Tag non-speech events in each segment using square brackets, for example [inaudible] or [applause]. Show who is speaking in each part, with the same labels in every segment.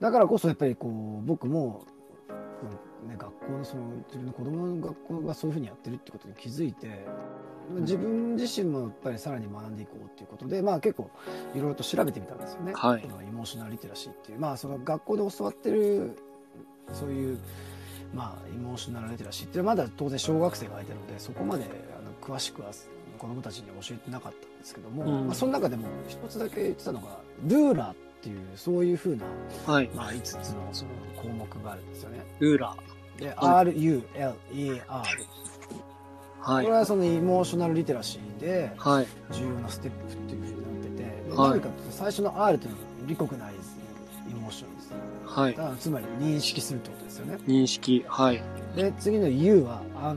Speaker 1: だからこそやっぱりこう僕も、こうね、学校のその自分の子供の学校がそういうふうにやってるってことに気づいて自分自身もやっぱりさらに学んでいこうっていうことで、まあ、結構いろいろと調べてみたんですよね、
Speaker 2: はい
Speaker 1: このイモーショナルリテラシーっていう、まあ、その学校で教わってるそういう、まあ、イモーショナルリテラシーっていうのはまだ当然小学生がいたのでそこまであの詳しくは子どもたちには教えてなかったんですけども、
Speaker 2: うん
Speaker 1: まあ、その中でも一つだけ言ってたのがルーラーっていうそういうふうな、
Speaker 2: はい。
Speaker 1: まあ、5つのその項目があるんですよね。
Speaker 2: ルーラー。
Speaker 1: で
Speaker 2: は
Speaker 1: RULER こ
Speaker 2: は
Speaker 1: れ
Speaker 2: い。
Speaker 1: はそのイモーショナルリテラシーで
Speaker 2: はい。
Speaker 1: 重要なステップっていうふうになってて、で
Speaker 2: はい
Speaker 1: 何かっていうと最初の R というのはリコグナイズイモーションですね
Speaker 2: はい
Speaker 1: だ。からつまり認識するってことですよね
Speaker 2: 認識。はい。
Speaker 1: で次の U はあん、は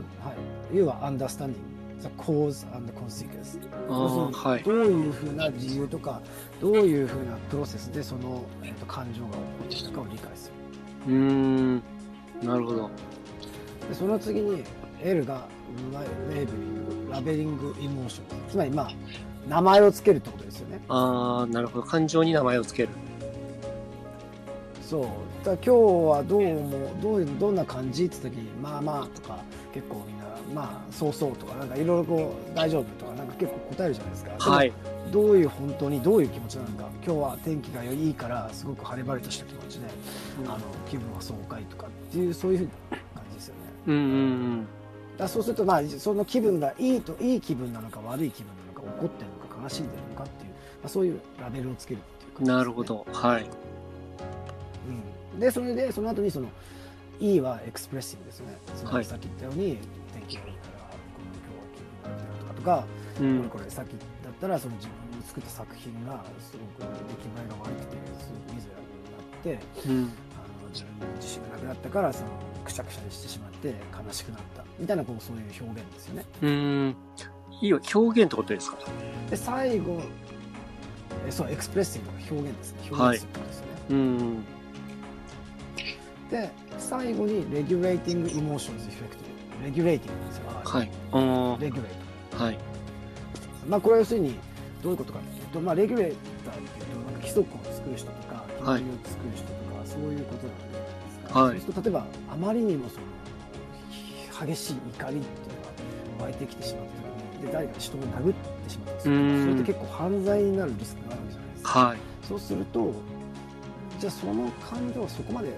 Speaker 1: い、U は understanding the cause and consequence
Speaker 2: あ
Speaker 1: 要する
Speaker 2: ー
Speaker 1: に
Speaker 2: はい。
Speaker 1: どういうふうな理由とかどういうふうなプロセスでその、えっと感情が起こってきたかを理解する
Speaker 2: うーん。なるほど。
Speaker 1: でその次に L がラレーベリングラベリングイモーションつまりまあ名前をつけるってことですよね
Speaker 2: あーなるほど。感情に名前をつける。
Speaker 1: そうだから今日はどうもどういうどんな感じって時にまあまあとか結構みんなまあそうそうとかなんかいろいろこう大丈夫とかなんか結構答えるじゃないですか、でも
Speaker 2: はい。
Speaker 1: どういう本当にどういう気持ちなのか今日は天気がいいからすごく晴れ晴れとした気持ちで、あの気分が爽快とかっていうそういうふうな感じですよね
Speaker 2: うんうんうん。
Speaker 1: だからそうするとまあその気分がいいといい気分なのか悪い気分なのか怒ってるのか悲しんでるのかっていう、まあ、そういうラベルをつけるっていう感じですね
Speaker 2: なるほ、ど。はい。
Speaker 1: うん、でそれでその後にその E はエクスプレッシブですよねつま
Speaker 2: はい
Speaker 1: りさっき言ったように、天気がいいからこの今日は気分がいいなとかとか、
Speaker 2: う
Speaker 1: これ
Speaker 2: ん。
Speaker 1: これさっきだったらその自分の作った作品がすごく出来栄えが悪くてすごくミゼラブルになって
Speaker 2: うん。
Speaker 1: あの自分の自信がなくなったからそのくしゃくしゃにしてしまって悲しくなったみたいなこうそういう表現ですよね。
Speaker 2: うーん。いいよ。表現ってことですか
Speaker 1: で最後えそうエクスプレッシブな表現ですね表現することですね、
Speaker 2: うん。
Speaker 1: で最後にレギュレーティング・エモーションズ・エフェクトレギュレーティングですよ、
Speaker 2: はい。あー
Speaker 1: レギュレー
Speaker 2: はい。
Speaker 1: ターまあこれは要するにどういうことかっていうと、まあ、レギュレーターっていうとなんか規則を作る人とか
Speaker 2: は
Speaker 1: 決
Speaker 2: い
Speaker 1: まりを作る人とか、そういうことなんですが、
Speaker 2: はい
Speaker 1: そうすると例えばあまりにもその激しい怒りっていうのが湧いてきてしまった時にで誰か人を殴ってしまったりする
Speaker 2: う
Speaker 1: と
Speaker 2: ん
Speaker 1: それって結構犯罪になるリスクがあるわけじゃないですか。
Speaker 2: はい。
Speaker 1: そうするとじゃあその感情はそこまで、ね、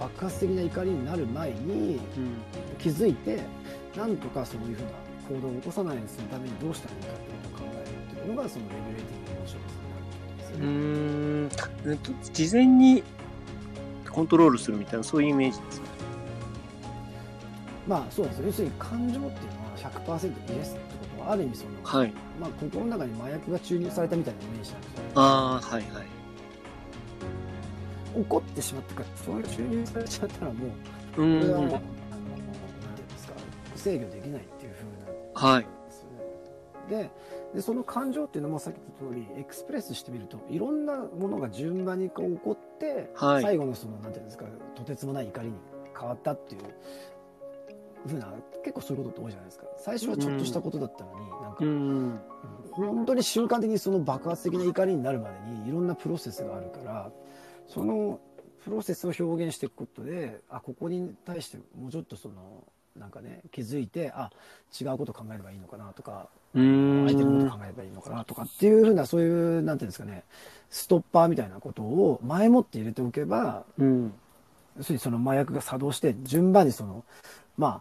Speaker 1: 爆発的な怒りになる前に
Speaker 2: うん。
Speaker 1: 気づいてなんとかそういうふうな行動を起こさないようにするためにどうしたらいいかっていうことを考えるっていうのがそのレギュレーティングモーションです
Speaker 2: う
Speaker 1: ね。
Speaker 2: ーんえっと事前にコントロールするみたいなそういうイメージですか
Speaker 1: まあそうですよ要するに感情っていうのは100%イエスってことはある意味その、
Speaker 2: はい
Speaker 1: まあ、心の中に麻薬が注入されたみたいなイメージなんですよ。
Speaker 2: ああはいはい
Speaker 1: 怒ってしまったからそれが注入されちゃったらもうこ
Speaker 2: う
Speaker 1: れはも
Speaker 2: ー
Speaker 1: う、
Speaker 2: ん
Speaker 1: あのなんていうんですか制御できないっていうふうな
Speaker 2: はい
Speaker 1: ですよねででその感情っていうのもさっき言った通りエクスプレスしてみるといろんなものが順番にこう起こって、
Speaker 2: はい
Speaker 1: 最後のそのなんていうんですかとてつもない怒りに変わったっていう。ふうな結構そういうことって多いじゃないですか最初はちょっとしたことだったのに、なんか、
Speaker 2: うーん
Speaker 1: 本当に瞬間的にその爆発的な怒りになるまでにいろんなプロセスがあるからそのプロセスを表現していくことであここに対してもうちょっとそのなんかね気づいてあ違うこと考えればいいのかなとか
Speaker 2: う
Speaker 1: 相手のこ
Speaker 2: ー
Speaker 1: と
Speaker 2: ん
Speaker 1: 考えればいいのかなとかっていうふうなそういうなんていうんですかねストッパーみたいなことを前もって入れておけば
Speaker 2: うん
Speaker 1: 要するにその麻薬が作動して順番にそのまあ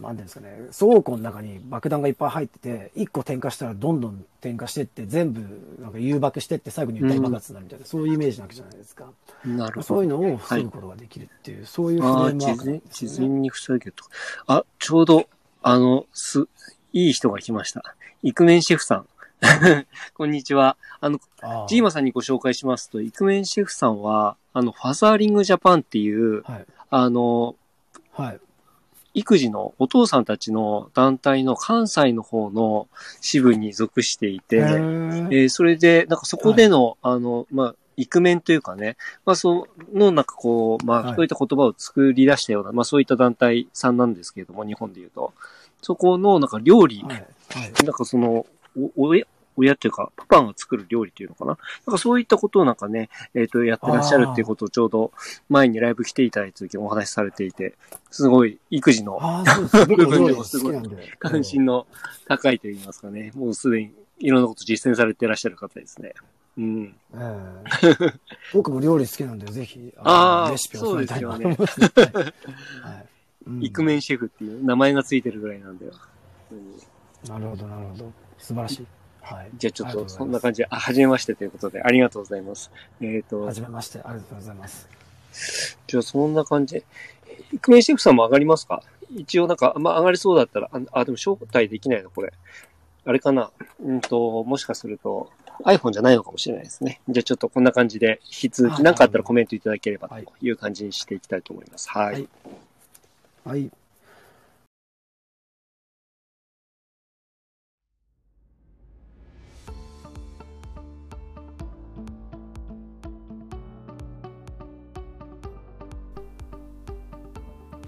Speaker 1: なんていうんですかね倉庫の中に爆弾がいっぱい入ってて1個点火したらどんどん点火してって全部なんか誘爆してって最後に大爆発になるみたいな、そういうイメージなわけじゃないですか
Speaker 2: なるほ
Speaker 1: そういうのを
Speaker 2: は
Speaker 1: 防
Speaker 2: い
Speaker 1: ぐことができるっていう、そういう
Speaker 2: ど
Speaker 1: フレー
Speaker 2: ああ
Speaker 1: ム
Speaker 2: 事
Speaker 1: ワークなん
Speaker 2: 前
Speaker 1: ですよね
Speaker 2: 事前に防ぎとあちょうどあのすいい人が来ましたイクメンシェフさん [laughs] こんにちはあの
Speaker 1: ああ
Speaker 2: ジーマさんにご紹介しますとイクメンシェフさんはあのファザーリングジャパンっていう
Speaker 1: はい
Speaker 2: あの
Speaker 1: はい
Speaker 2: 育児のお父さんたちの団体の関西の方の支部に属していて、
Speaker 1: へ
Speaker 2: え
Speaker 1: ー
Speaker 2: ーそれで、なんかそこでの、あの、まあ、イクメンというかね、まあ、その、なんかこう、ま
Speaker 1: は
Speaker 2: あ、
Speaker 1: い
Speaker 2: そういった言葉を作り出したような、まあ、そういった団体さんなんですけれども、日本で言うと。そこの、なんか料理、
Speaker 1: はいはい
Speaker 2: なんかその、お、おや、親っていうか、パパが作る料理っていうのかな。なんかそういったことをなんかね、えっ、と、やってらっしゃるっていうことをちょうど前にライブ来ていただいた時にお話しされていて、すごい育児の
Speaker 1: ああ、そうです。
Speaker 2: [laughs]
Speaker 1: 僕も料理好
Speaker 2: す
Speaker 1: き
Speaker 2: ごい
Speaker 1: なんで。
Speaker 2: 関心の高いと言いますかね、もうすでにいろんなこと実践されていらっしゃる方ですね。うん。
Speaker 1: ええ僕も料理好きなんで、ぜひ、の
Speaker 2: あー
Speaker 1: レシピを教えたいなと
Speaker 2: そう
Speaker 1: 思
Speaker 2: で
Speaker 1: い
Speaker 2: す
Speaker 1: ます。はいはいうん
Speaker 2: イクメンシェフっていう名前がついてるぐらいなんだよ。うん
Speaker 1: なるほど、なるほど。素晴らしい。はい。
Speaker 2: じゃあちょっ
Speaker 1: り
Speaker 2: と
Speaker 1: が
Speaker 2: そ
Speaker 1: ご
Speaker 2: ん
Speaker 1: ざいま
Speaker 2: な
Speaker 1: す
Speaker 2: 感じで、あ、はじめましてということで、ありがとうございます。えっ、と
Speaker 1: は、じめまして、ありがとうございます。
Speaker 2: じゃあそんな感じで、イクメンシェフさんも上がりますか一応なんか、まあ上がりそうだったら、あ、あでも招待できないのこれ。あれかなうんと、もしかすると iPhone じゃないのかもしれないですね。じゃあちょっとこんな感じで、引き続
Speaker 1: は
Speaker 2: き
Speaker 1: い
Speaker 2: 何かあったらコメントいただければと
Speaker 1: はい
Speaker 2: いう感じにしていきたいと思います。はい。
Speaker 1: はいはい。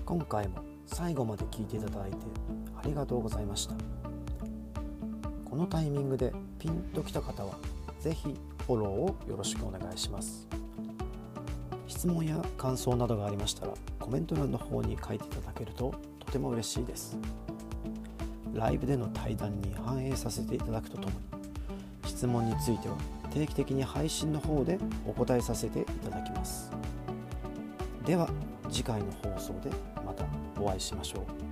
Speaker 1: 今回も最後まで聞いていただいてありがとうございましたこのタイミングでピンときた方はぜひフォローをよろしくお願いします質問や感想などがありましたらコメント欄の方に書いていただけるととても嬉しいですライブでの対談に反映させていただくとともに質問については定期的に配信の方でお答えさせていただきますでは次回の放送でまたお会いしましょう